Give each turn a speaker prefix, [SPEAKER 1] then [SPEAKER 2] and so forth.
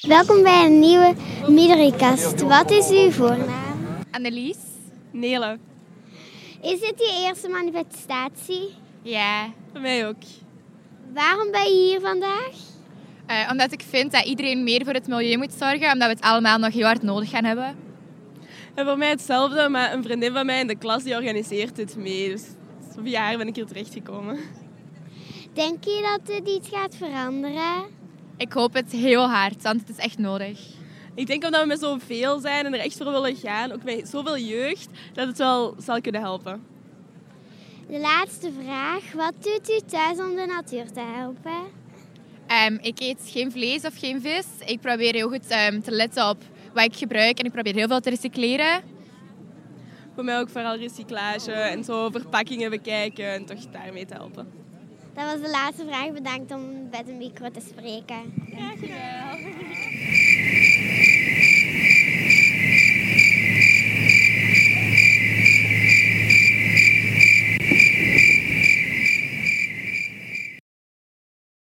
[SPEAKER 1] Welkom bij een nieuwe Midderikast. Wat is uw voornaam?
[SPEAKER 2] Annelies?
[SPEAKER 3] Nele.
[SPEAKER 1] Is dit je eerste manifestatie?
[SPEAKER 2] Ja.
[SPEAKER 3] Voor mij ook.
[SPEAKER 1] Waarom ben je hier vandaag?
[SPEAKER 2] Eh, omdat ik vind dat iedereen meer voor het milieu moet zorgen, omdat we het allemaal nog heel hard nodig gaan hebben.
[SPEAKER 3] En voor mij hetzelfde, maar een vriendin van mij in de klas die organiseert dit mee. Dus zoveel jaar ben ik hier terechtgekomen.
[SPEAKER 1] Denk je dat dit iets gaat veranderen?
[SPEAKER 2] Ik hoop het heel hard, want het is echt nodig.
[SPEAKER 3] Ik denk omdat we met zoveel zijn en er echt voor willen gaan, ook met zoveel jeugd, dat het wel zal kunnen helpen.
[SPEAKER 1] De laatste vraag. Wat doet u thuis om de natuur te helpen?
[SPEAKER 2] Ehm, ik eet geen vlees of geen vis. Ik probeer heel goed ehm, te letten op wat ik gebruik en ik probeer heel veel te recycleren.
[SPEAKER 3] Voor mij ook vooral recyclage en zo verpakkingen bekijken en toch daarmee te helpen.
[SPEAKER 1] Dat was de laatste vraag. Bedankt om met een micro te spreken.
[SPEAKER 3] Dankjewel.